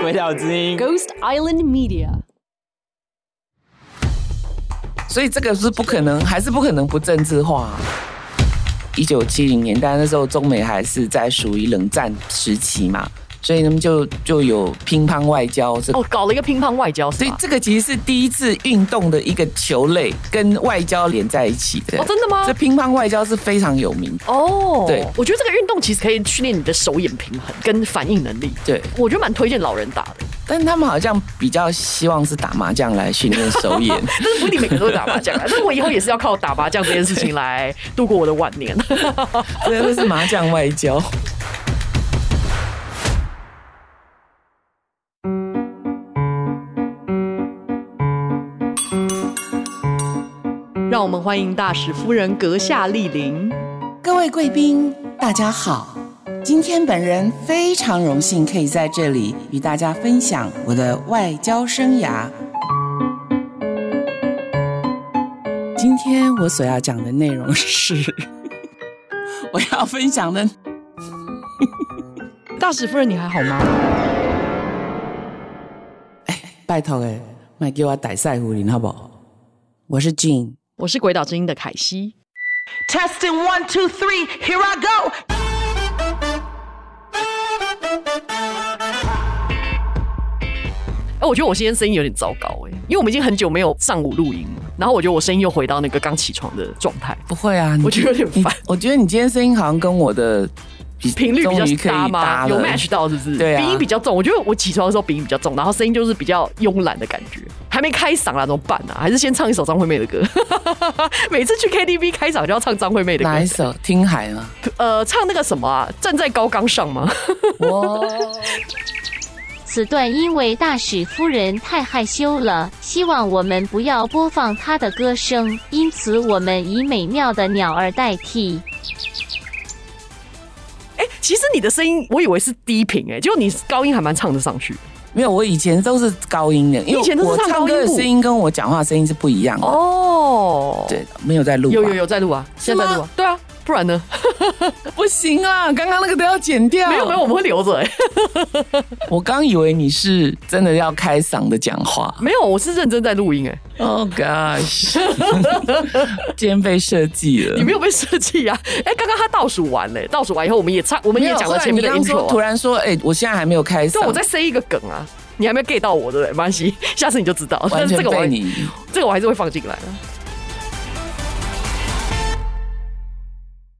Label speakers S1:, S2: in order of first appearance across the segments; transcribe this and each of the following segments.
S1: 鬼岛之音。
S2: Ghost Island Media。
S3: 所以这个是不可能，还是不可能不政治化。一九七零年代那时候，中美还是在属于冷战时期嘛，所以他们就就有乒乓外交这个。
S2: 哦，搞了一个乒乓外交是
S3: 所以
S2: 吧？
S3: 这个其实是第一次运动的一个球类跟外交连在一起的。
S2: 哦，真的吗
S3: 这？乒乓外交是非常有名的。
S2: 哦，
S3: 对
S2: 我觉得这个运动其实可以训练你的手眼平衡跟反应能力。
S3: 对，
S2: 我觉得蛮推荐老人打的，
S3: 但他们好像比较希望是打麻将来训练手眼。
S2: 但是不一定每个人都会打麻 将啊。但是我以后也是要靠打麻将这件事情来度过我的晚年。
S3: 对，这是麻将外交。
S2: 让我们欢迎大使夫人阁下莅临。
S4: 各位贵宾，大家好。今天本人非常荣幸可以在这里与大家分享我的外交生涯。今天我所要讲的内容是， 我要分享 的
S2: 大使夫人，你还好吗？
S4: 拜托诶，卖给我逮赛胡林好不好？我是 Jean，
S2: 我是鬼岛之音的凯西。
S5: Testing one, two, three. Here I go.
S2: 哎、我觉得我今天声音有点糟糕哎、因为我们已经很久没有上午录音了，然后我觉得我声音又回到那个刚起床的状态，
S3: 不会啊，你
S2: 我觉得有点
S3: 你
S2: 烦。
S3: 我觉得你今天声音好像跟我的比
S2: 频率比
S3: 终于
S2: 较
S3: 可以搭
S2: 搭吗？有
S3: 了
S2: match 到是不是？
S3: 对啊
S2: 鼻音比较重。我觉得我起床的时候鼻音比较重，然后声音就是比较慵懒的感觉，还没开嗓啦，怎么办啊？还是先唱一首张惠妹的歌。 每次去 KTV 开场就要唱张惠妹的歌
S3: 哪，一首？听海 吗？
S2: 呃，唱那个什么啊，站在高岗上吗？
S3: 我
S6: 此段因为大使夫人太害羞了，希望我们不要播放她的歌声，因此我们以美妙的鸟儿代替。
S2: 哎、其实你的声音我以为是低频哎、结果你高音还蛮唱得上去。
S3: 没有，我以前都是高音的，因
S2: 你以前都是
S3: 我
S2: 唱高
S3: 唱
S2: 音
S3: 歌的
S2: 部
S3: 声音跟我讲话声音是不一样的。
S2: 哦，，
S3: 对，没有在录吧，
S2: 有有有在录啊，现在在录啊，对啊，不然呢？
S3: 不行啊！刚刚那个都要剪掉。
S2: 没有没有，，我们会留着哎、
S3: 我刚以为你是真的要开嗓的讲 话。
S2: 没有，我是认真在录音哎、
S3: Oh gosh，今天被设计了。
S2: 你没有被设计呀？哎，刚刚他倒数完了，倒数完以后，我们也唱，我们
S3: 没
S2: 也
S3: 有
S2: 讲了
S3: 后来
S2: 前
S3: 你
S2: 面的
S3: 刚刚说
S2: intro
S3: 突
S2: 啊。
S3: 然说，哎，我现在还没有开
S2: 对，
S3: 嗓，
S2: 我再塞一个梗啊，你还没有 get 到我，对不对？没关系， 下次你就知道。但
S3: 完
S2: 是
S3: 全
S2: 这个我
S3: 被
S2: 还
S3: 你。
S2: 这个我还是会放进来的。啊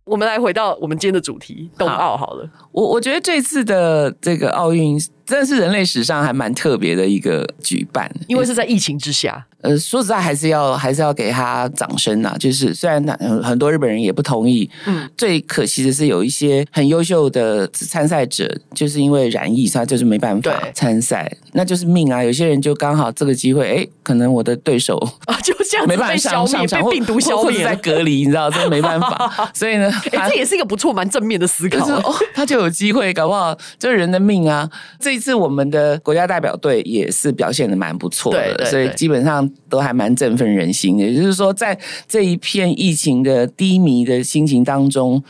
S2: 我们来回到我们今天的主题——冬奥好了。
S3: 我我觉得这次的这个奥运真的是人类史上还蛮特别的一个举办，
S2: 因为是在疫情之下，
S3: 呃，说实在还是要还是要给他掌声呐、就是虽然他呃很多日本人也不同意，
S2: 嗯
S3: 嗯，最可惜的是有一些很优秀的参赛者，就是因为染疫，所以他就是没办法
S2: 对
S3: 参赛，那就是命啊。有些人就刚好这个机会，哎，可能我的对手
S2: 啊， 就这样子
S3: 哎没办法
S2: 被消
S3: 上上
S2: 灭，
S3: 场，
S2: 被
S3: 或
S2: 病毒消
S3: 或者
S2: 灭
S3: 在
S2: 了。
S3: 隔离，你知道，这没办 法。所以呢，
S2: 哎，
S3: 他
S2: 这也是一个不错、蛮正面的思考
S3: 就
S2: 啊
S3: 是。 哦，他就有机会，搞不好就是人的命啊。这一次我们的国家代表队也是表现的蛮不错的，
S2: 对对
S3: 所以
S2: 对
S3: 基本上都还蛮振奋人心的。也就是说，在这一片疫情的低迷的心情当中，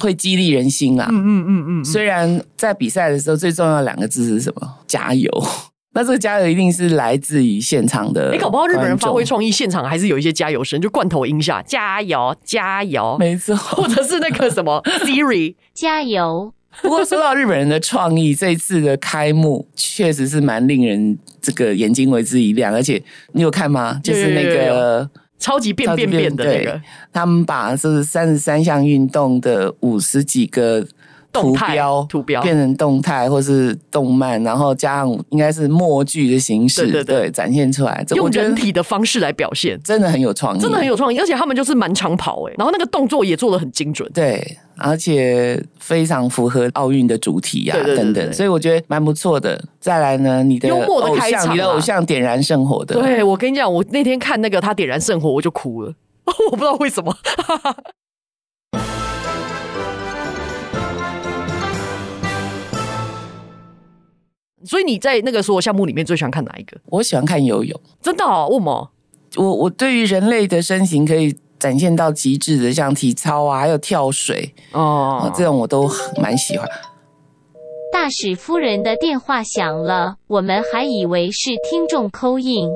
S3: 会激励人心啊。
S2: 嗯嗯嗯
S3: 虽然在比赛的时候，最重要的两个字是什么？加油。 那这个加油一定是来自于现场的，
S2: 哎你搞不好日本人发挥，创意，现场还是有一些加油声，就罐头音下加油加油，
S3: 没错。
S2: 或者是那个什 么 Siri，
S6: 加油！
S3: 不过说到日本人的创意，这一次的开幕确实是蛮令人这个眼睛为之一亮，而且你有看吗？就是那
S2: 有有有
S3: 个
S2: 超级变变变的那个
S3: 对，他们把就是三十三项运动的五十几个。图
S2: 动态
S3: 标
S2: 图标
S3: 变成动态或是动漫，然后加上应该是默剧的形式，
S2: 对对对
S3: 展现出来。这
S2: 用
S3: 我觉
S2: 人
S3: 得
S2: 体的方式来表现，
S3: 真的很有创意，
S2: 真的很有创意，而且他们就是满场跑哎、然后那个动作也做的很精准。
S3: 对，而且非常符合奥运的主题啊，
S2: 对对对
S3: 等
S2: 对
S3: 等，所以我觉得蛮不错的。再来呢，你的
S2: 幽默的
S3: 偶
S2: 开场
S3: 像，你的
S2: 啊
S3: 偶像点燃圣火的，
S2: 对，我跟你讲，我那天看那个他点燃圣火，我就哭了， 我不知道为什么。 所以你在那个所有项目里面最喜欢看哪一个？
S3: 我喜欢看游泳，
S2: 真的、哦，为什么？
S3: 我我对于人类的身形可以展现到极致的，像体操啊，还有跳水
S2: 哦
S3: 啊，这种我都蛮喜欢。
S6: 大大使夫人的电话响了，我们还以为是听众扣印。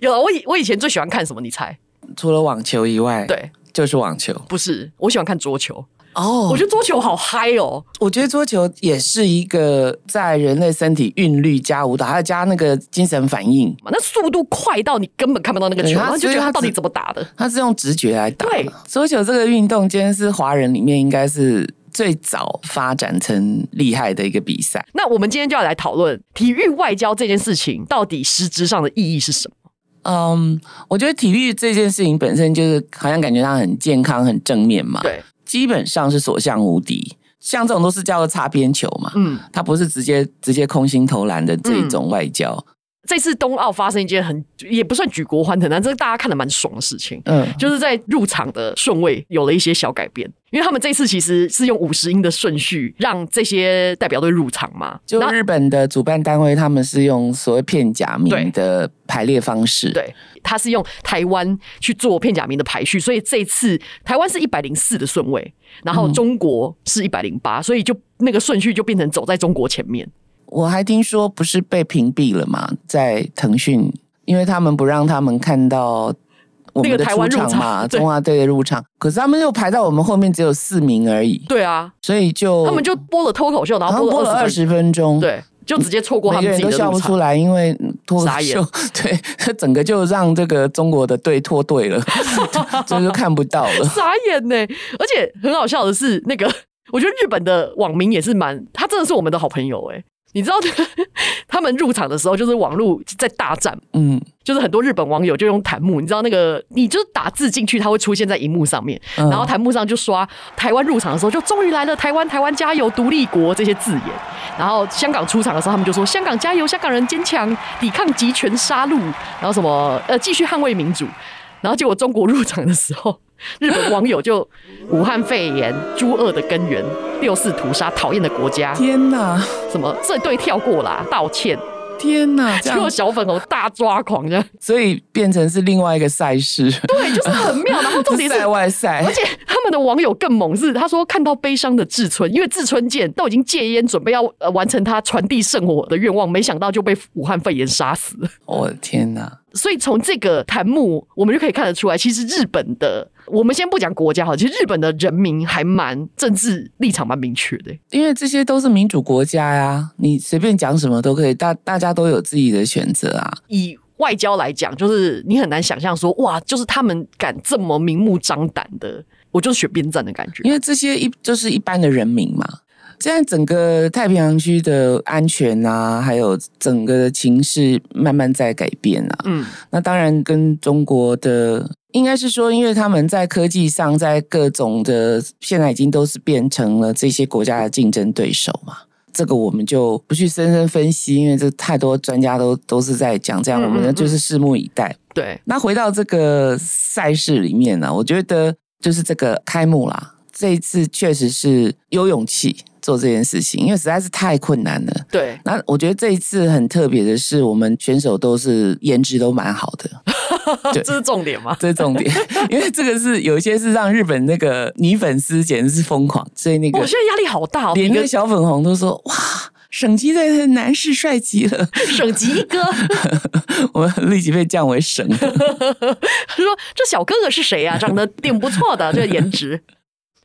S2: 有了，啊我以我以前最喜欢看什么？你猜？
S3: 除了网球以外，，
S2: 对，
S3: 就是网球。
S2: 不是，我喜欢看桌球。
S3: 哦
S2: 我觉得桌球好嗨哦！
S3: 我觉得桌球也是一个在人类身体韵律加舞蹈，还有加那个精神反应，
S2: 那速度快到你根本看不到那个
S3: 对
S2: 球，
S3: 它
S2: 然后就
S3: 所以
S2: 觉得
S3: 它
S2: 他到底
S3: 只
S2: 怎么打的。
S3: 它是用直觉来打。
S2: 对，
S3: 桌球这个运动，今天是华人里面应该是最早发展成厉害的一个比赛。
S2: 那我们今天就要来讨论体育外交这件事情到底实质上的意义是什么？
S3: 嗯，我觉得体育这件事情本身就是好像感觉它很健康、很正面嘛，，
S2: 对，
S3: 基本上是所向无敌。像这种都是叫做擦边球嘛，
S2: 嗯，
S3: 它不是直接直接空心投篮的这一种外交。
S2: 这次冬奥发生一件很也不算举国欢腾，但是大家看的蛮爽的事情。
S3: 嗯，
S2: 就是在入场的顺位有了一些小改变，因为他们这次其实是用五十音的顺序让这些代表队入场嘛，
S3: 就
S2: 然后
S3: 日本的主办单位，他们是用所谓片假
S2: 对
S3: 名的排列方式。，
S2: 对，他是用台湾去做片假名的排序，所以这次台湾是一百零四的顺位，
S3: 嗯
S2: 然后中国是一百零八，所以就那个顺序就变成走在中国前面。
S3: 我还听说不是被屏蔽了嘛，在腾讯，因为他们不让他们看到我
S2: 那
S3: 们
S2: 个
S3: 的
S2: 台
S3: 出
S2: 湾入
S3: 场嘛，
S2: 场对
S3: 中华队的入场，可是他们又排在我们后面只有四名而已，
S2: 对啊，
S3: 所以就
S2: 他们就播了脱口秀，然
S3: 好像
S2: 后
S3: 哦播
S2: 播
S3: 了
S2: 了
S3: 二
S2: 二十
S3: 十分钟，
S2: 分，。对，就直接错过他
S3: 每个
S2: 们自
S3: 人
S2: 己
S3: 都笑
S2: 的入
S3: 不出
S2: 场。
S3: 来，因为脱口
S2: 傻眼
S3: 秀对，整个 就让这个中国的队脱队了， 这就看不到了。
S2: 傻眼呢、而且很好笑的是，那个 我觉得日本的网民也是蛮，他真的是我们的好朋友哎、你知道 他们入场的时候，就是网络在大战，
S3: 嗯，
S2: 就是很多日本网友就用弹幕，你知道那个，你就是打字进去，它会出现在荧幕上面，
S3: 嗯
S2: 然后弹幕上就刷台湾入场的时候，就终于来了台湾，台湾加油，独立国这些字眼。然后香港出场的时候，他们就说香港加油，香港人坚强，抵抗集权杀戮，然后什么呃，继续捍卫民主。然后结果中国入场的时候，日本网友就武汉肺炎、猪恶的根源、六四屠杀、讨厌的国家，
S3: 天哪，
S2: 什么这对跳过啦，道歉。
S3: 天哪，这
S2: 结
S3: 样
S2: 果小粉红大抓狂，这样
S3: 所以变成是另外一个赛事，
S2: 对， 就是很妙。然后重点是
S3: 赛外赛
S2: 而。且他们的网友更猛是，他说看到悲伤的志村，因为志村健都已经戒烟，准备要呃完成他传递圣火的愿望，没想到就被武汉肺炎杀死。
S3: 我的哦天哪！
S2: 所以从这个弹幕，我们就可以看得出来，其实日本的，我们先不讲国家哈，其实日本的人民还蛮政治立场蛮明确的、
S3: 因为这些都是民主国家呀、你随便讲什么都可以，大大家都有自己的选择啊。
S2: 以外交来讲，就是你很难想象说，哇，就是他们敢这么明目张胆的，我就是选边站的感觉
S3: 因。为这些一就是一般的人民嘛。现在整个太平洋区的安全啊，还有整个的情势慢慢在改变啊。
S2: 嗯，
S3: 那当然跟中国的，应该是说，因为他们在科技上，在各种的，现在已经都是变成了这些国家的竞争对手嘛。这个我们就不去深深分析，因为这太多专家都都是在讲这样，我们
S2: 嗯
S3: 呢
S2: 嗯
S3: 就是拭目以待。
S2: 对，
S3: 那回到这个赛事里面呢、我觉得就是这个开幕啦，这一次确实是有勇气做这件事情，因为实在是太困难了。
S2: 对，
S3: 那我觉得这一次很特别的是，我们选手都是颜值都蛮好 的，对
S2: 这是重点嘛？
S3: 这是 重点。因为这个是有一些是让日本那个女粉丝简直是疯狂，所以那
S2: 我
S3: 个
S2: 现在压力好大哦，
S3: 连
S2: 一
S3: 那
S2: 个
S3: 个小粉红都说哇，省级队的男士帅极了，
S2: 省级 哥，
S3: 我立即被降为省。
S2: 他说这小哥哥是谁啊？长得挺不错 的，这个颜值。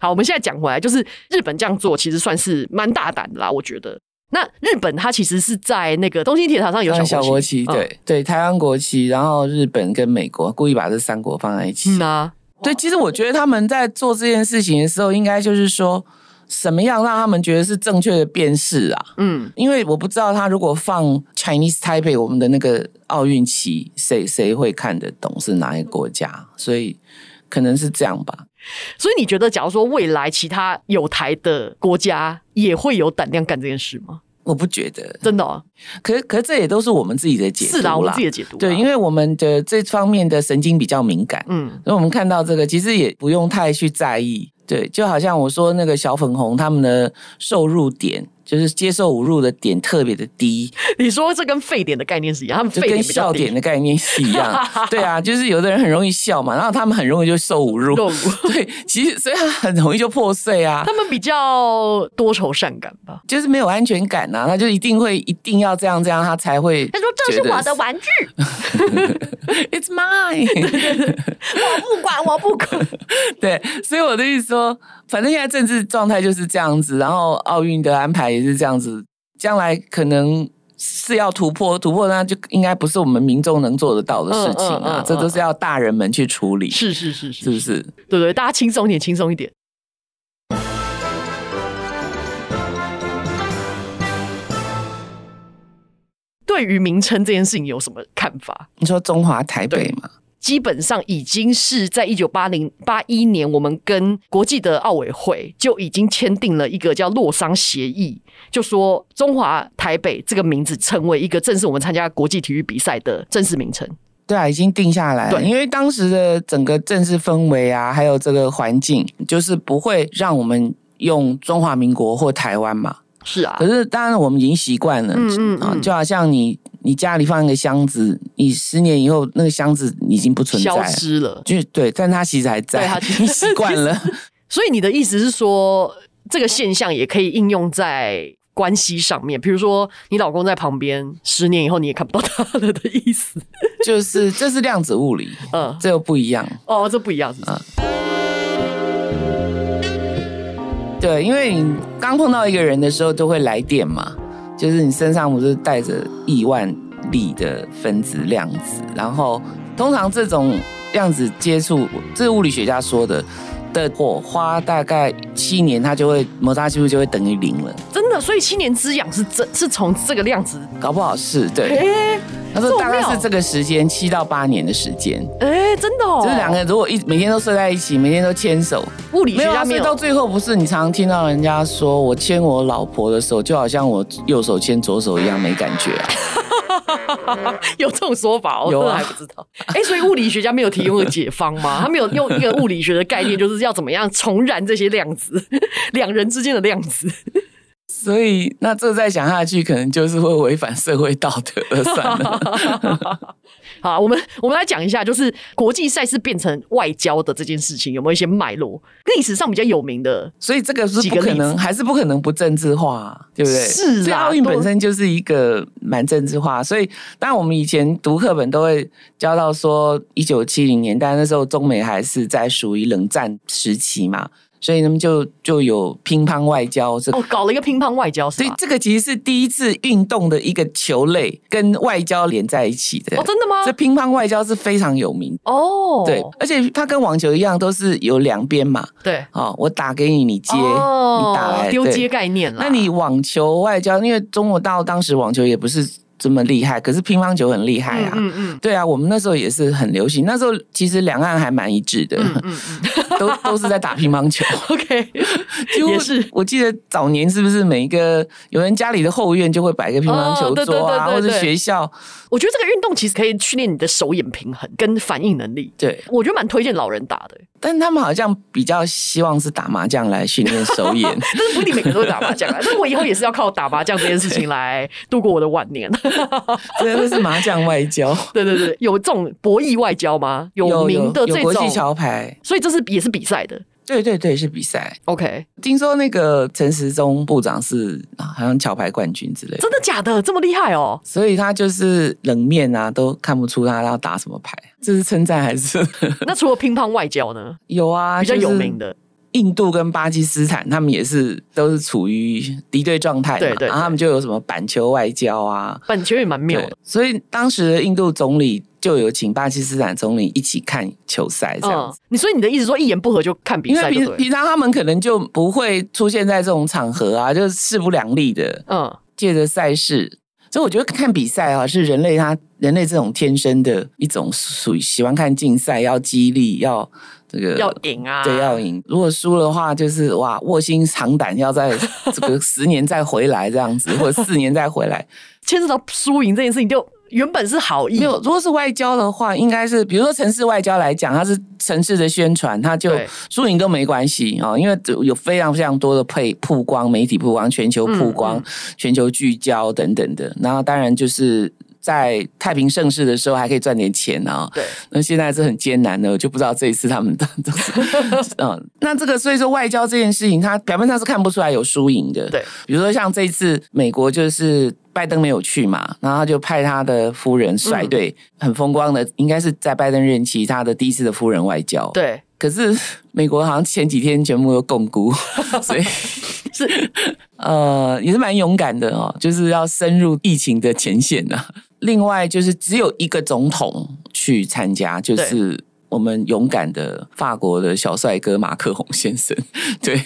S2: 好，我们现在讲回来，就是日本这样做其实算是蛮大胆的啦，我觉得。那日本它其实是在那个东京铁塔 上有
S3: 当然
S2: 小
S3: 小
S2: 国
S3: 国
S2: 旗，嗯哦
S3: 旗，对、对，台湾国旗，然后日本跟美国故意把这三国放在一起。
S2: 嗯，嗯啊，
S3: 对，其实我觉得他们在做这件事情的时候，应该就是说，什么样让他们觉得是正确的辨识啊？
S2: 嗯，
S3: 因为我不知道他如果放 Chinese Taipei 我们的那个奥运旗，谁谁会看得懂是哪一个国家？所以可能是这样吧。
S2: 所以你觉得，假如说未来其他有台的国家也会有胆量干这件事吗？
S3: 我不觉得，
S2: 真的、哦，
S3: 可可这也都是我们自己的解读
S2: 是啦，我们
S3: 啦
S2: 自己的解读啦，
S3: 对，因为我们的这方面的神经比较敏感，
S2: 嗯，
S3: 所以我们看到这个，其实也不用太去在意。对，就好像我说那个小粉红他们的受入点，就是接受侮辱的点特别的低，
S2: 你说这跟沸点的概念是一样，他们
S3: 就
S2: 沸点
S3: 跟
S2: 比较
S3: 笑
S2: 低
S3: 点的概念是一 样。对啊，就是有的人很容易笑嘛，然后他们很容易就受侮辱。
S2: 肉骨
S3: 对，其实所以他很容易就破碎 啊
S2: 他，们比较多愁善感吧。
S3: 就是没有安全感呐、啊，他就一定会一定要这样这样，他才会。
S2: 他说：“这是我的玩具，
S3: ，It's mine。
S2: 我不管，我不管。
S3: 对，所以我的意思说，反正现在政治状态就是这样子，然后奥运的安排也是这样子，将来可能是要突破，突破那就应该不是我们民众能做得到的事情啊，
S2: 嗯嗯嗯
S3: 这都是要大人们去处理，”
S2: 是是是是
S3: 是，不是？
S2: 对对，大家轻松一点，轻松一点。对于名称这件事情有什么看法？
S3: 你说中华台北嘛，
S2: 基本上已经是在一九八零八一年，我们跟国际的奥委会就已经签订了一个叫《洛桑协议》，就说中华台北这个名字成为一个正式我们参加国际体育比赛的正式名称。
S3: 对啊，已经定下来了。
S2: 对
S3: 因为当时的整个政治氛围啊，还有这个环境，就是不会让我们用中华民国或台湾嘛。
S2: 是啊
S3: 可，是当然我们已经习惯了，
S2: 嗯嗯
S3: 啊，
S2: 嗯
S3: 就好像你你家里放一个箱子，你十年以后那个箱子已经不存在
S2: 消
S3: 了。
S2: 失了。
S3: 就对，但它其实还在，
S2: 对它其 实
S3: 你习惯 了，
S2: 所以你的意思是说，这个现象也可以应用在关系上面，比如说你老公在旁边，十年以后你也看不到他了的意 思。
S3: 就是这是量子物理，
S2: 嗯，
S3: 这又不一样。
S2: 哦，这不一样，是不是？
S3: 对，因为你刚碰到一个人的时候，都会来电嘛，就是你身上不是带着亿万粒的分子量子，然后通常这种量子接触，这是物理学家说的。的火花大概七年，它就会摩擦系数就会等于零了，
S2: 真的，所以七年之痒是真是从这个量子，
S3: 搞不好是对。
S2: 哎
S3: 他说
S2: 这么
S3: 大概
S2: 妙
S3: 是这个时间，七到八年的时间，
S2: 哎，真的哦，
S3: 就是两个人如果一每天都睡在一起，每天都牵手，
S2: 物理
S3: 没
S2: 学
S3: 有啊，
S2: 家没
S3: 所以
S2: 有
S3: 到最后不是你常常听到人家说我牵我老婆的手，就好像我右手牵左手一样没感 觉啊。
S2: 有这种说法哦，
S3: 有
S2: 我
S3: 啊
S2: 还不知道。哎，所以物理学家没有提供的解方吗？他没有 用一个物理学的概念，就是要怎么样重燃这些量子， 两人之间的量子。
S3: 所以那这再讲下去，可能就是会违反社会道德了，算了。
S2: 好，我们我们来讲一下，就是国际赛事变成外交的这件事情有没有一些脉络？历史上比较有名的，
S3: 所以这个是
S2: 几
S3: 不
S2: 个
S3: 可
S2: 例
S3: 能，
S2: 子
S3: 还是不可能不政治化啊、对不对？
S2: 是啦
S3: 所以奥运
S2: 都
S3: 本身就是一个蛮政治化，所以当然我们以前读课本都会教到说，一九七零年代那时候中美还是在属于冷战时期嘛，所以他们就就有乒乓外交这个
S2: 哦，搞了一个乒乓外交是
S3: 所以
S2: 吧？
S3: 这个其实是第一次运动的一个球类跟外交连在一起的。
S2: 哦，真的吗
S3: 这？乒乓外交是非常有名的。
S2: 哦，
S3: 对，而且它跟网球一样，都是有两边嘛。
S2: 对，
S3: 哦，我打给你，你接，
S2: 哦
S3: 你打来
S2: 丢
S3: 对
S2: 接概念啦。
S3: 那你网球外交，因为中国大陆当时网球也不是这么厉害，可是乒乓球很厉害
S2: 嗯
S3: 啊。
S2: 嗯嗯
S3: 对啊，我们那时候也是很流行。那时候其实两岸还蛮一致的，
S2: 嗯嗯嗯
S3: 都都是在打乒乓球。
S2: ，OK，
S3: 几乎
S2: 也是
S3: 我记得早年是不是每一个有人家里的后院就会摆个乒乓球
S2: 哦对对
S3: 桌啊，
S2: 对对
S3: 或
S2: 对
S3: 者学校
S2: 我觉得这个运动其实可以训练你的手眼平衡跟反应能力。
S3: 对，
S2: 我觉得蛮推荐老人打的，
S3: 但他们好像比较希望是打麻将来训练手眼。
S2: 但是不一定每个人都会打麻将啊。 但是我以后也是要靠打麻将这件事情来度过我的晚年。
S3: 真的是麻将外交，
S2: 对 对对，有这种博弈外交吗？有名的
S3: 有
S2: 这
S3: 国际
S2: 种，
S3: 桥牌，
S2: 所以这是也是比赛的。
S3: 对对对，是比赛。
S2: OK，
S3: 听说那个陈时中部长是啊好像桥牌冠军之类的，
S2: 真的假的？这么厉害哦！
S3: 所以他就是冷面啊，都看不出他要打什么牌。这是称赞还是
S2: 那除了乒乓外交呢？
S3: 有 啊？
S2: 比较有
S3: 就是
S2: 名的，
S3: 印度跟巴基斯坦，他们也是都是处于敌对状态嘛，
S2: 对对对
S3: 然后他们就有什么板球外交啊，
S2: 本球也蛮妙
S3: 对
S2: 的。，
S3: 所以当时的印度总理就有请巴基斯坦总理一起看球赛这样
S2: 嗯
S3: 子。，
S2: 你所以你的意思说一言不合就看嗯比
S3: 因为
S2: 赛就
S3: 平
S2: 对了，
S3: 平常他们可能就不会出现在这种场合啊，就是势不两立的，
S2: 嗯，
S3: 借着赛事。所以我觉得看比赛啊，是人类他人类这种天生的一种属于喜欢看竞赛，要激励，要这个
S2: 要赢啊，
S3: 对，要赢。如果输的话，就是哇，卧薪尝胆，要在 这个十年再回来这样子，或者四年再回来。
S2: 牵涉到输赢这件事情就原本是好意，
S3: 没有，如果是外交的话，应该是比如说城市外交来讲，它是城市的宣传，它就
S2: 对
S3: 输赢都没关系啊、哦，因为有非常非常多的配曝光、媒体曝光、全球曝光、
S2: 嗯
S3: 全球聚焦等等的。然后当然就是在太平盛世的时候还可以赚点钱啊、
S2: 对，
S3: 那现在是很艰难的，我 就不知道这一次他们到底是嗯，那这个所以说外交这件事情，它表面上是看不出来有输赢的。
S2: 对，
S3: 比如说像这一次美国就是拜登没有去嘛，然后他就派他的夫人率队，很风光的，应该是在拜登任期他的第一次的夫人外交。，
S2: 对，
S3: 可是美国好像前几天全部都共估，所以
S2: 是
S3: 呃，也是蛮勇敢的哦，就是要深入疫情的前线呐、另外就是只有一个总统去参加，就是我们勇敢的法国的小帅哥马克宏先生。对，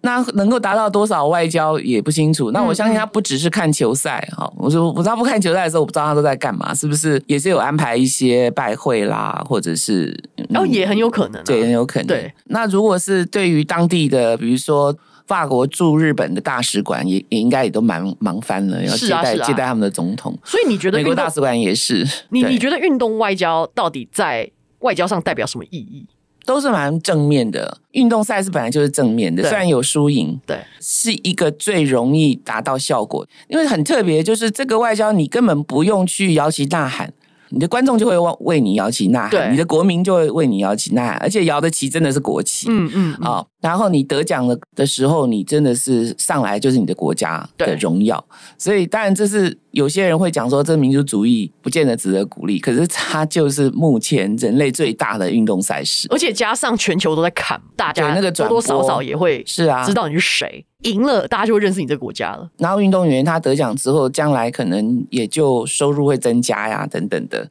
S3: 那能够达到多少外交也不清楚。那我相信他不只是看球赛哈、我说我知道不看球赛的时候，我不知道他都在干嘛，是不是也是有安排一些拜会啦，或者是嗯
S2: 然后也很有可能、啊，
S3: 对，很有可能。
S2: 对，
S3: 那如果是对于当地的，比如说法国驻日本的大使馆，也也应该也都忙忙翻了，要接
S2: 是啊
S3: 待、
S2: 是啊
S3: 接待他们的总统。
S2: 所以你觉得
S3: 美
S2: 运
S3: 国
S2: 动
S3: 大使馆也是，
S2: 你
S3: 对
S2: 你觉得运动外交到底在外交上代表什么意义？
S3: 都是蛮正面的。运动赛事本来就是正面的，
S2: 对
S3: 虽然有输赢，
S2: 对，
S3: 是一个最容易达到效果。因为很特别，就是这个外交你根本不用去摇旗呐喊。你的观众就会为为你摇旗呐
S2: 对
S3: 喊，你的国民就会为你摇旗呐喊，而且摇的旗真的是国旗。
S2: 嗯嗯，
S3: 啊、然后你得奖了的时候，你真的是上来就是你的国家
S2: 对
S3: 的荣耀，所以当然这是有些人会讲说，这民族主义不见得值得鼓励，可是它就是目前人类最大的运动赛事。
S2: 而且加上全球都在看，大家
S3: 对那个
S2: 多
S3: 转
S2: 多少
S3: 播
S2: 少也会
S3: 是啊
S2: 知，道你是谁，赢了大家就会认识你这个国家了。
S3: 然后运动员他得奖之后，将来可能也就收入会增加呀，等等的。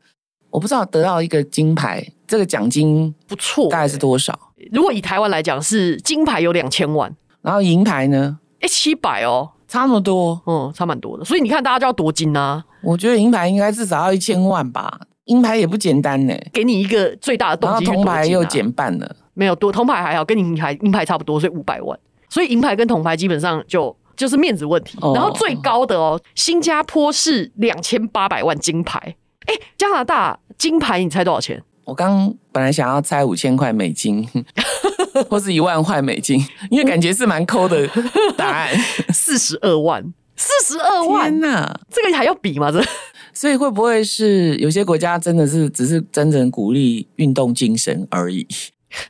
S3: 我不知道得到一个金牌，这个奖金
S2: 不错、
S3: 大概是多少？
S2: 欸如果以台湾来讲，是金牌有两千万，
S3: 然后银牌呢？
S2: 哎、七百哦，
S3: 差那么多，
S2: 嗯，差蛮多的。所以你看，大家就要夺金啊，
S3: 我觉得银牌应该至少要一千万吧，银牌也不简单呢、
S2: 给你一个最大的动
S3: 然后
S2: 机去
S3: 铜
S2: 夺金、啊。
S3: 牌又减半了，
S2: 没有多，铜牌还好，跟你银牌银牌差不多，所以五百万。所以银牌跟铜牌基本上就就是面子问题。
S3: 哦
S2: 然后最高的哦，新加坡是两千八百万金牌。哎，加拿大金牌你猜多少钱？
S3: 我刚本来想要猜五千块美金，或是一万块美金，因为感觉是蛮抠的答 案。
S2: 四十二万，四十二
S3: 天
S2: 万，
S3: 哪！
S2: 这个还要比吗？这
S3: 所以会不会是有些国家真的是只是真正鼓励运动精神而已？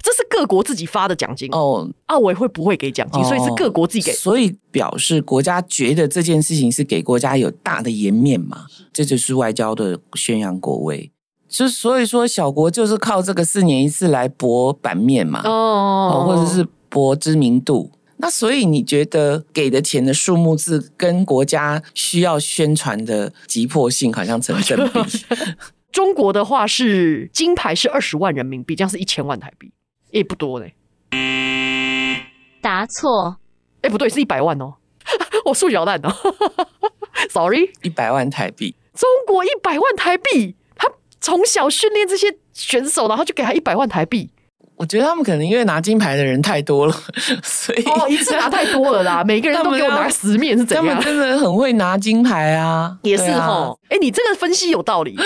S2: 这是各国自己发的奖金，
S3: 哦，
S2: 奥委会不会给奖金，所以是各国自己给。
S3: 所以表示国家觉得这件事情是给国家有大的颜面嘛，这就是外交的宣扬国威。就所以说，小国就是靠这个四年一次来博版面嘛。
S2: 哦
S3: 哦，或者是博知名度。那所以你觉得给的钱的数目字跟国家需要宣传的急迫性好像成正 比？
S2: 中国的话是金牌是二十万人民币，这样是一千万台币，也不多嘞。
S6: 答错。
S2: 哎，不对，是一百万哦， 我数学好烂哦 ，sorry。
S3: 一百万台币，
S2: 中国一百万台币，他从小训练这些选手，然后就给他一百万台币，
S3: 我觉得他们可能因为拿金牌的人太多了， 所以
S2: 哦，一次拿太多了啦，每个人都给我拿十面是怎
S3: 他们
S2: 样？
S3: 真的很会拿金牌啊，
S2: 也是
S3: 对啊
S2: 哈，哎、你这个分析有道理，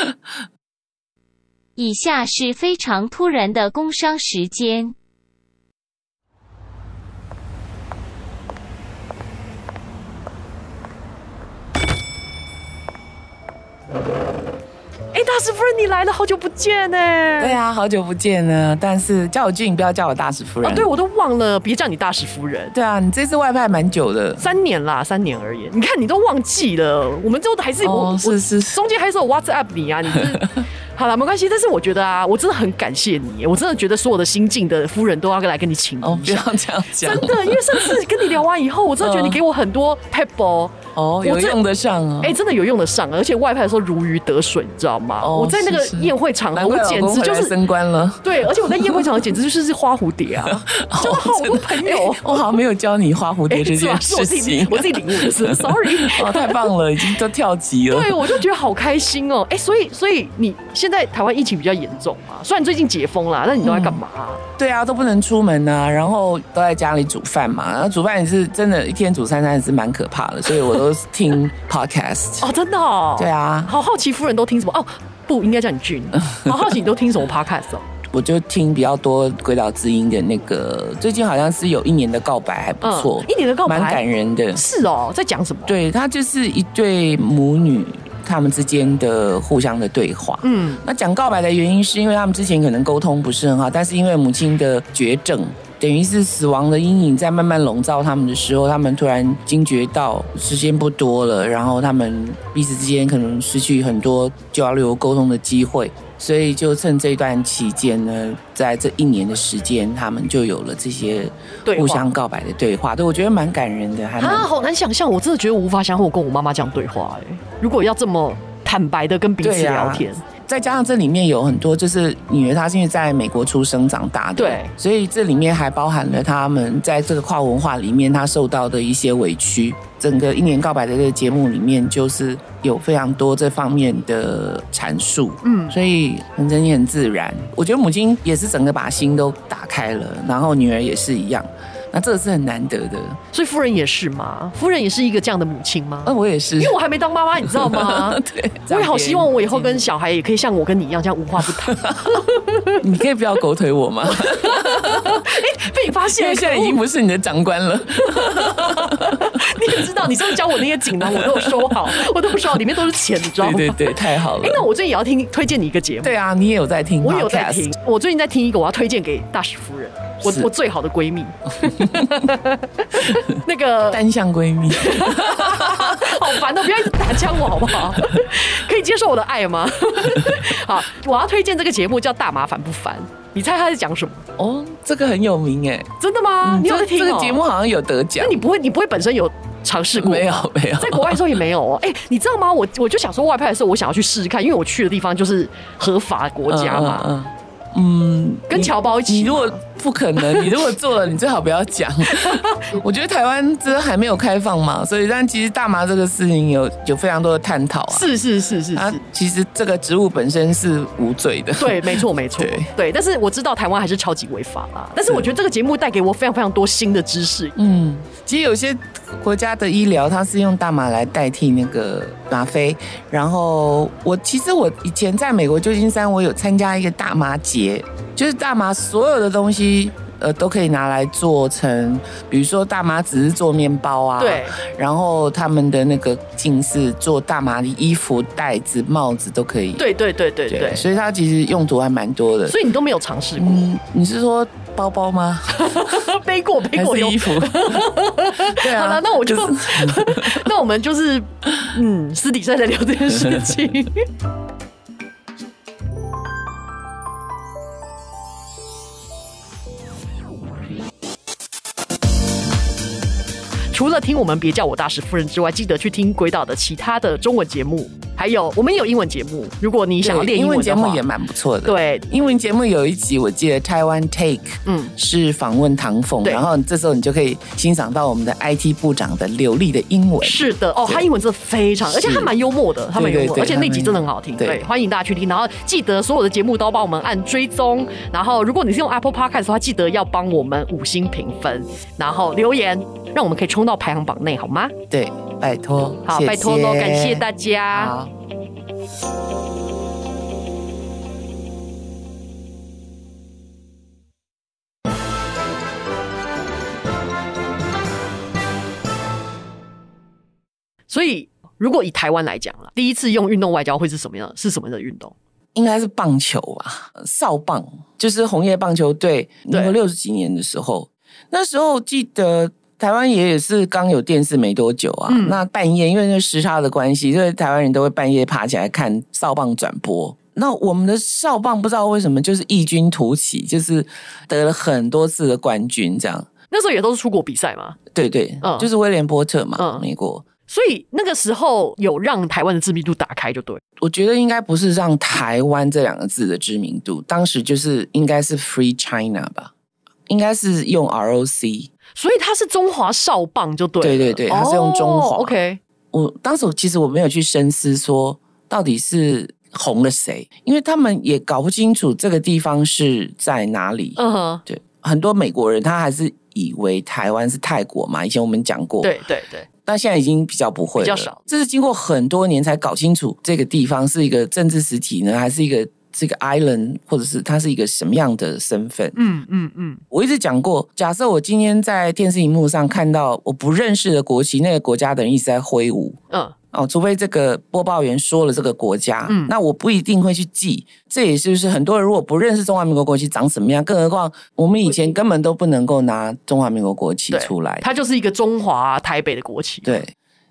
S6: 以下是非常突然的工伤时间。
S2: 哎、大师夫人你来了，好久不见呢、
S3: 对啊，好久不见了，但是叫我俊，不要叫我大使夫人。
S2: 啊，对我都忘了，别叫你大使夫人。
S3: 对啊，你这次外派蛮久的，
S2: 三年啦，三年而已。你看，你都忘记了，我们都还是、我
S3: 哦，
S2: 我
S3: 是是是，
S2: 中间还是有 WhatsApp 你啊，你真 是好了，没关系。但是我觉得啊，我真的很感谢你，我真的觉得所有的新进的夫人都要来跟你请
S3: 哦，
S2: 一
S3: 不
S2: 下
S3: 要。这样讲，
S2: 真的，因为上次跟你聊完以后，我真的觉得你给我很多 pebble，
S3: 哦，
S2: 我
S3: 有
S2: 这
S3: 用得上啊。
S2: 哎、真的有用得上，而且外派的时候如鱼得水，你知道吗？
S3: 哦
S2: 我在那个
S3: 是是
S2: 宴会场合，
S3: 难怪
S2: 我
S3: 老
S2: 简
S3: 公
S2: 直
S3: 回
S2: 就
S3: 来
S2: 是
S3: 升官了。
S2: 对，而且我在宴会场合简直就是是花蝴蝶 啊，交
S3: 哦
S2: 了好多朋友。
S3: 我好像没有教你画蝴
S2: 哎
S3: 蝶这
S2: 是吧
S3: 件
S2: 是我
S3: 事
S2: 自
S3: 情
S2: 己，我自己领悟的 是，sorry。
S3: 哦，太棒了，已经都跳级了。
S2: 对，啊我就觉得好开心哦！哎、所以所以你现在台湾疫情比较严重嘛？虽然最近解封啦，那你都在干嘛、
S3: 对啊，都不能出门啊，然后都在家里煮饭嘛。然后煮饭也是真的，一天煮三餐也是蛮可怕的，所以我都都听 podcast。
S2: 哦，真的、哦，
S3: 对啊
S2: 好好奇夫人都听什么？哦，不应该叫你俊， 好好奇你都听什么 podcast 哦？
S3: 我就听比较多鬼岛之音的那个，最近好像是有一年的告白还不错，
S2: 嗯一年的告白
S3: 蛮感人的。
S2: 是哦，在讲什么？
S3: 对，它就是一对母女他们之间的互相的对话。
S2: 嗯，
S3: 那讲告白的原因是因为他们之前可能沟通不是很好，但是因为母亲的绝症，等于是死亡的阴影在慢慢笼罩他们的时候，他们突然惊觉到时间不多了，然后他们彼此之间可能失去很多交流沟通的机会。所以就趁这段期间呢，在这一年的时间，他们就有了这些
S2: 对话
S3: 互相告白的对话，对我觉得蛮感人的，还蛮
S2: 啊，好难想象，我真的觉得我无法想象我跟我妈妈这样对话、哎，如果要这么坦白的跟彼此
S3: 对啊呀
S2: 聊天，
S3: 再加上这里面有很多，就是女儿她是因为在美国出生长大的，
S2: 对
S3: 所以这里面还包含了他们在这个跨文化里面她受到的一些委屈。整个《一年告白》的这个节目里面，就是有非常多这方面的阐述，
S2: 嗯
S3: 所以很真也很自然。我觉得母亲也是整个把心都打开了，然后女儿也是一样，那这个是很难得的。
S2: 所以夫人也是吗？夫人也是一个这样的母亲吗？
S3: 那我也是，
S2: 因为我还没当妈妈，你知道吗？
S3: 对，
S2: 我也好希望我以后跟小孩也可以像我跟你一样这样无话不 谈。
S3: 你可以不要狗腿我 吗？
S2: 被你发
S3: 因
S2: 现
S3: 为
S2: 了，
S3: 现在已经
S2: 可恶
S3: 不是你的长官了。
S2: 你也知道，你上次教我那些锦囊我都有收好，我都有收好，里面都是钱，你知道吗？
S3: 对对对，太好
S2: 哎、那
S3: 了。
S2: 我最近也要听推荐你一个节目。
S3: 对啊，你也有在听，
S2: 我有在听。，我最近在听一个，我要推荐给大使夫人，我
S3: 是
S2: 我最好的闺 蜜， 那个
S3: 单向闺蜜，
S2: 好烦哦！不要一直打枪我好不 好？可以接受我的爱吗？ 好，我要推荐这个节目叫《大麻烦不烦》，你猜他在讲什么？
S3: 哦，这个很有名哎。
S2: 真的吗？你有在
S3: 这
S2: 听、哦、
S3: 这个节目？好像有得奖
S2: 那，你不会，你不会本身有尝试 过？
S3: 没。有没有
S2: 在国外的时候也没有 哦，哎、你知道吗？我我就想说外派的时候，我想要去试试看，因为我去的地方就是合法国家嘛，
S3: 嗯嗯嗯
S2: 跟侨胞一
S3: 你
S2: 起嘛。
S3: 如果不可能， 你如果做了，你最好不要讲。 我觉得台湾这还没有开放嘛，所以但其实大麻这个事情有有非常多的探讨啊。
S2: 是是是是是，
S3: 啊，其实这个植物本身是无罪的。
S2: 对，没错，没错，
S3: 对
S2: 但是我知道台湾还是超级违法啦。但是我觉得这个节目带给我非常非常多新的知识。
S3: 嗯，其实有些国家的医疗，它是用大麻来代替那个吗啡。然后我其实我以前在美国旧金山，我有参加一个大麻节，就是大麻所有的东西。呃，都可以拿来做成，比如说大麻只是做面包啊，
S2: 对，
S3: 然后他们的那个镜是做大麻的衣服、袋子、帽子都可以，
S2: 对对对对对，
S3: 所以它其实用途还蛮多的。
S2: 所以你都没有尝试过，
S3: 嗯，你是说包包吗？
S2: 背过背
S3: 还
S2: 过
S3: 是
S2: 哎有
S3: 衣。 服？对啊，
S2: 好了，那我就
S3: 可是
S2: 那我们就是嗯，私底下再聊这件事情。 除了听我们别叫我大使夫人之外，记得去听鬼岛的其他的中文节目，还有我们也有英文节目。如果你想要
S3: 对
S2: 练
S3: 英
S2: 英文
S3: 文节
S2: 的
S3: 目
S2: 话，
S3: 也蛮不错的。，
S2: 对，
S3: 英文节目有一集我记得台湾 Take，
S2: 嗯
S3: 嗯，是访问唐凤，
S2: 对
S3: 然后这时候你就可以欣赏到我们的 IT 部长的流利的英文。
S2: 是的，哦，
S3: 对
S2: 他英文真的非常，而且
S3: 是
S2: 他蛮幽默的，他蛮幽默的，
S3: 对对对
S2: 而且那集真的很好听，
S3: 他蛮
S2: 对，欢迎大家去听。然后记得所有的节目都帮我们按追踪，然后如果你是用 Apple Podcast 的话，记得要帮我们五星评分，然后留言，让我们可以冲到排行榜内，好吗？
S3: 对，拜托，
S2: 好，拜托喽，感谢大家。
S3: 好。
S2: 所以，如果以台湾来讲啦，第一次用运动外交会是什么样？是什么的运动？
S3: 应该是棒球吧，少棒，就是红叶棒球队，民国六十几年的时候，那时候记得。台湾也也是刚有电视没多久啊，
S2: 嗯
S3: 那半夜因为那时差的关系，所以台湾人都会半夜爬起来看少棒转播。那我们的少棒不知道为什么就是异军突起，就是得了很多次的冠军，这样
S2: 那时候也都是出国比赛嘛，
S3: 对对，
S2: 嗯
S3: 就是威廉波特嘛，
S2: 嗯
S3: 美国。
S2: 所以那个时候有让台湾的知名度打开，就对了。
S3: 我觉得应该不是让台湾这两个字的知名度，当时就是应该是 Free China 吧，应该是用 ROC。
S2: 所以他是中华少棒，就对了。
S3: 对对对它是用中华
S2: 哦 OK，
S3: 我当时我其实我没有去深思说到底是红了谁，因为他们也搞不清楚这个地方是在哪里。
S2: 嗯哼。
S3: 对，很多美国人他还是以为台湾是泰国嘛，以前我们讲过，
S2: 对对对，
S3: 但现在已经比较不会了，
S2: 比较少。
S3: 这是经过很多年才搞清楚这个地方是一个政治实体呢，还是一个这个 island，或者是它是一个什么样的身份？
S2: 嗯嗯嗯，
S3: 我一直讲过，假设我今天在电视荧幕上看到我不认识的国旗，那个国家的人一直在挥舞。
S2: 嗯，
S3: 哦，除非这个播报员说了这个国家，
S2: 嗯
S3: 那我不一定会去记。这也是不是很多人如果不认识中华民国国旗长什么样，更何况我们以前根本都不能够拿中华民国国旗
S2: 对
S3: 出来。
S2: 它就是一个中华台北的国旗。
S3: 对，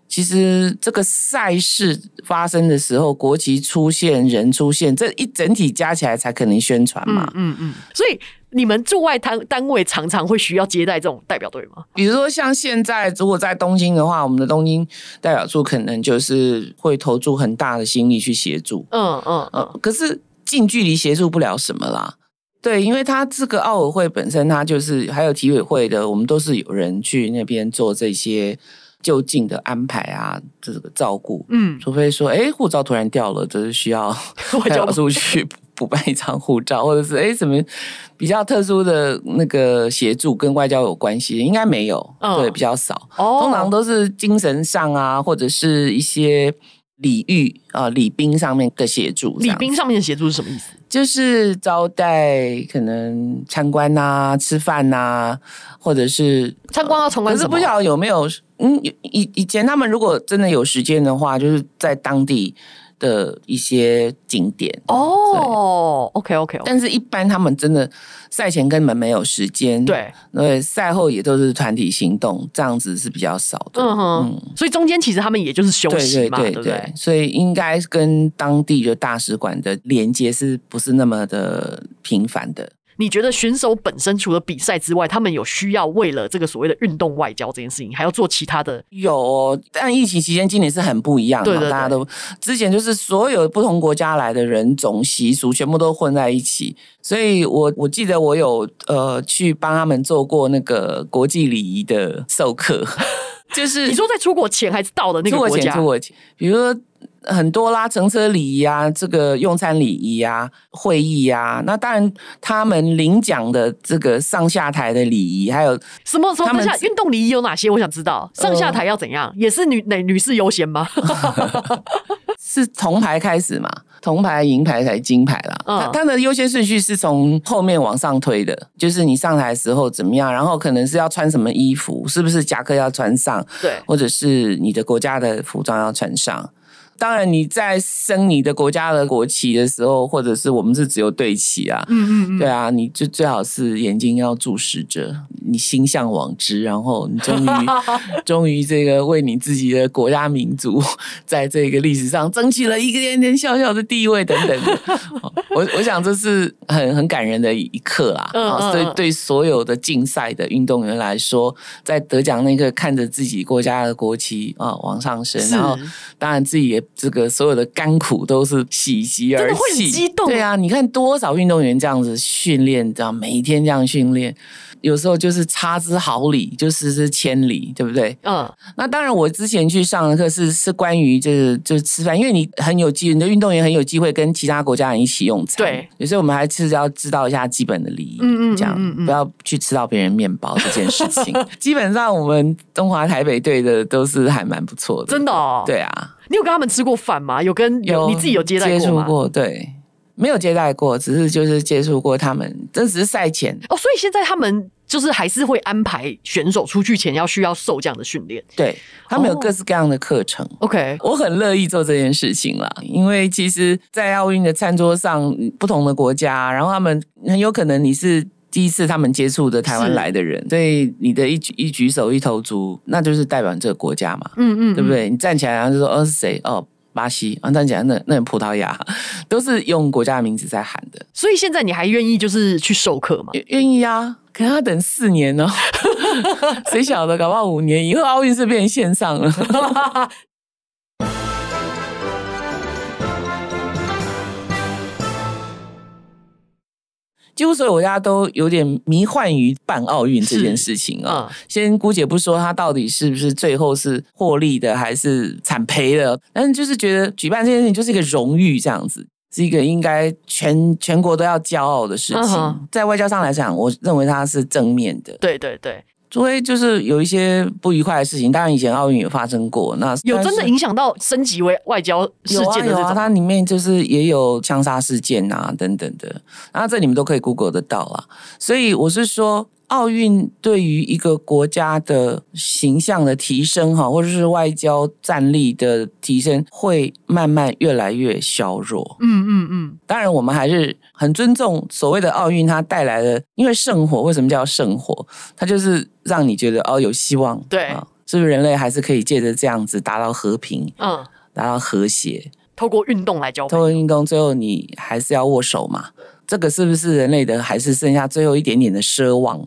S3: 其实这个赛事发生的时候，国旗出现、人出现，这一整体加起来才可能宣传嘛。
S2: 嗯嗯，所以你们驻外单单位常常会需要接待这种代表队吗？
S3: 比如说像现在，如果在东京的话，我们的东京代表处可能就是会投注很大的心力去协助，
S2: 嗯嗯
S3: 呃
S2: 嗯，
S3: 可是近距离协助不了什么啦。对，因为它这个奥委会本身，它就是还有体委会的，我们都是有人去那边做这些就近的安排啊，这个照顾。
S2: 嗯，
S5: Mm.
S3: 除非说，哎，护照突然掉了，就是需 要
S2: 外
S3: 代
S2: 交
S3: 表
S2: 部
S3: 处去 补办一张护照，或者是哎什么比较特殊的那个协助跟外交有关系，应该没有，
S2: 嗯
S3: 对，比较少。
S2: 哦
S3: 通常都是精神上啊，或者是一些礼遇啊、礼宾上面的协助。这
S2: 礼
S3: 样
S2: 宾上面的协助是什么意思？
S3: 就是招待可能参观呐、吃饭呐、或者是
S2: 参观要参观
S3: 可
S2: 什
S3: 是
S2: 么？
S3: 不晓得有没有，嗯，以以前他们如果真的有时间的话，就是在当地的一些景点。
S2: 哦，OK OK，
S3: 但是，一般他们真的赛前根本没有时间，
S2: 对，
S3: 对，赛后也都是团体行动，这样子是比较少的。
S2: 嗯哼，所以中间其实他们也就是休
S3: 对
S2: 息
S3: 对
S2: 嘛，
S3: 对
S2: 不
S3: 对，？所以应该跟当地的大使馆的连接是不是那么的频繁的？
S2: 你觉得选手本身除了比赛之外，他们有需要为了这个所谓的运动外交这件事情，还要做其他的？
S3: 有、哦，但疫情期间今年是很不一样嘛，
S2: 对对对
S3: 大家都之前就是所有不同国家来的人种习俗全部都混在一起，所以我我记得我有呃去帮他们做过那个国际礼仪的授课， 就是
S2: 你说在出国前还是到了那个
S3: 出国
S2: 国
S3: 前
S2: 家
S3: 出？国前，比如说。很多啦，乘车礼仪啊，这个用餐礼仪啊，会议啊，那当然他们领奖的这个上下台的礼仪，还有
S2: 什么什
S3: 他
S2: 么？等
S3: 们嗯
S2: 一下运动礼仪有哪些？我想知道上下台要怎样？也是女女女士优 先吗？
S3: 是铜牌开始嘛，铜牌、银牌才金牌啦。
S2: 嗯
S3: 它它的优先顺序是从后面往上推的，就是你上台的时候怎么样，然后可能是要穿什么衣服，是不是夹克要穿上，
S2: 对，
S3: 或者是你的国家的服装要穿上。当然，你在升你的国家的国旗的时候，或者是我们是只有队旗啊，
S2: 嗯嗯嗯，
S3: 对啊，你就最好是眼睛要注视着，你心向往之，然后你 终于终于这个为你自己的国家民族 在这个历史上争取了一个点点小小的地位等 等的。哦我我想这是很很感人的一刻啊！
S2: 嗯
S3: 啊，
S2: 嗯
S3: 所以
S2: 嗯
S3: 对所有的竞赛的运动员来说，在得奖那个看着自己国家的国旗啊往上升，
S2: 是
S3: 然后当然自己也这个所有的甘苦都是喜极而
S2: 真的会很
S3: 泣
S2: 激动
S3: 对啊，你看多少运动员这样子训练，这样每天这样训练，有时候就是差之毫厘，就失之千里，对不对？
S2: 嗯
S3: 那当然，我之前去上的课是是关于就是就是吃饭，因为你很有机，你的运动员很有机会跟其他国家人一起用餐。
S2: 对，
S3: 有时候我们还是要知道一下基本的礼仪，
S2: 嗯嗯嗯
S3: 这样
S2: 嗯嗯
S3: 不要去吃到别人面包这件事 情。基本上，我们中华台北队的都是还蛮不错的，
S2: 真的哦。，
S3: 对啊，
S2: 你有跟他们吃过饭吗？有跟有你自己有接待
S3: 接
S2: 过
S3: 触
S2: 吗？
S3: 过，对，没有接待过，只是就是接触过他们，这只是赛前，
S2: 哦，所以现在他们就是还是会安排选手出去前要需要受这样的训练。
S3: 对他们有
S2: 哦
S3: 各式各样的课程。
S2: OK，
S3: 我很乐意做这件事情啦，因为其实，在奥运的餐桌上，嗯不同的国家，然后他们很有可能你是第一次他们接触的台湾
S2: 是
S3: 来的人，所以你的一举一举手一投足，那就是代表你这个国家嘛，
S2: 嗯嗯，
S3: 对不对？你站起来，然后就说哦是谁？哦，巴西啊，站起来那那葡萄牙， 都是用国家的名字在喊的。
S2: 所以现在你还愿意就是去授课吗？
S3: 愿愿意啊，可能要等四年 哦，谁晓得？搞不好五年以后奥运是变线上 了。几乎所有国家都有点迷幻于办奥运这件事情啊、
S2: 嗯
S3: 先姑且不说它到底是不是最后是获利的还是惨赔的，但是就是觉得举办这件事情就是一个荣誉，这样子是一个应该全全国都要骄傲的事情。
S2: 嗯哼
S3: 在外交上来讲，我认为它是正面的。
S2: 对对对，
S3: 除非就是有一些不愉快的事情，当然以前奥运有发生过，那
S2: 有真的
S3: 但是
S2: 影响到升级为外交事件的这
S3: 有啊有啊，
S2: 种。
S3: 它里面就是也有枪杀事件啊等等的，然后这你们都可以 Google 得到啊。所以我是说，奥运对于一个国家的形象的提升哈，或者是外交战力的提升，会慢慢越来越削弱。
S2: 嗯嗯嗯，
S3: 当然，我们还是很尊重所谓的奥运它带来的，因为圣火为什么叫圣火？它就是让你觉得哦有希望，
S2: 对
S3: 啊是不是人类还是可以借着这样子达到和平，
S2: 嗯，
S3: 达到和谐？
S2: 透过运动来交
S3: 透
S2: 朋
S3: 过
S2: 友。
S3: 运动，最后你还是要握手嘛？这个是不是人类的还是剩下最后一点点的奢望？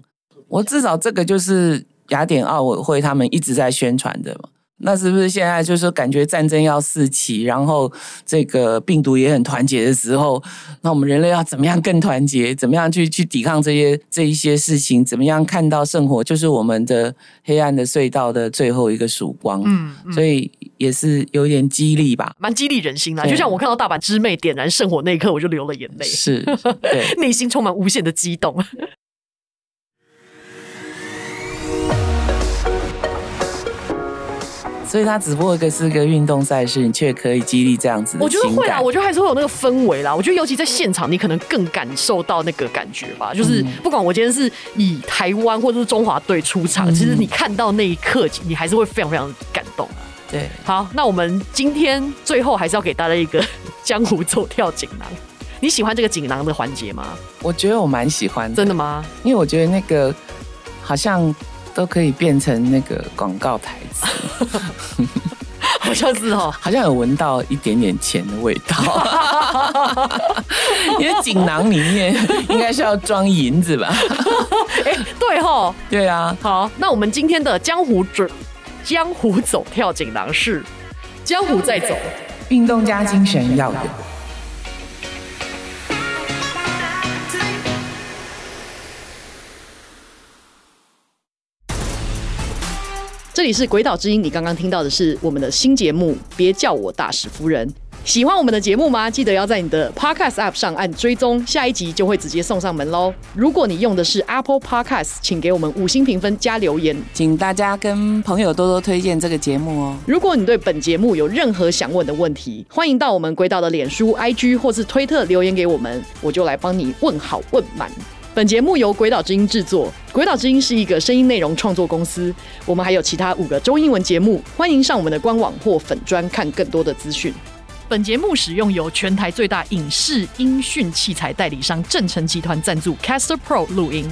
S3: 我至少这个就是雅典奥委会他们一直在宣传的嘛。那是不是现在就是说感觉战争要四起，然后这个病毒也很团结的时候，那我们人类要怎么样更团结？怎么样去去抵抗这些这一些事情？怎么样看到圣火就是我们的黑暗的隧道的最后一个曙光？
S2: 嗯，嗯
S3: 所以也是有一点激励吧。
S2: 蛮激励人心的。啊
S3: 对
S2: 就像我看到大阪之妹点燃圣火那一刻，我就流了眼泪，
S3: 是，对。
S2: 内心充满无限的激动。
S3: 所以它只不过一个是个运动赛事，你却可以激励这样子的
S2: 我觉得
S3: 情
S2: 会啦，
S3: 感
S2: 我觉得还是会有那个氛围啦。我觉得尤其在现场，你可能更感受到那个感觉吧。就是不管我今天是以台湾或者是中华队出场，其实你看到那一刻，你还是会非常非常感动。啊
S3: 对，
S2: 好，那我们今天最后还是要给大家一个 江湖走跳锦囊。你喜欢这个锦囊的环节吗？
S3: 我觉得我蛮喜欢的，
S2: 真的，吗？
S3: 因为我觉得那个好像都可以变成那个广告台 词，
S2: 好像是哦。
S3: 好像有闻到一点点钱的味道， 因为锦囊里面应该是要装银子吧？
S2: 哎、 对吼。
S3: 对啊，
S2: 好，那我们今天的江湖准江湖走跳锦囊是江湖在走。
S3: 运动加精神要有。
S2: 这里是《鬼岛之音》，你刚刚听到的是我们的新节目《别叫我大使夫人》。喜欢我们的节目吗？记得要在你的 Podcast App 上按追踪，下一集就会直接送上门喽。如果你用的是 Apple Podcast，请给我们五星评分加留言。
S4: 请大家跟朋友多多推荐这个节目哦。
S2: 如果你对本节目有任何想问的问题，欢迎到我们鬼岛的脸书、IG 或是推特留言给我们，我就来帮你问好问满。本节目由鬼岛之音制作，鬼岛之音是一个声音内容创作公司。我们还有其他五个中英文节目，欢迎上我们的官网或粉专看更多的资讯。本节目使用由全台最大影视音讯器材代理商正成集团赞助 Caster Pro 录音。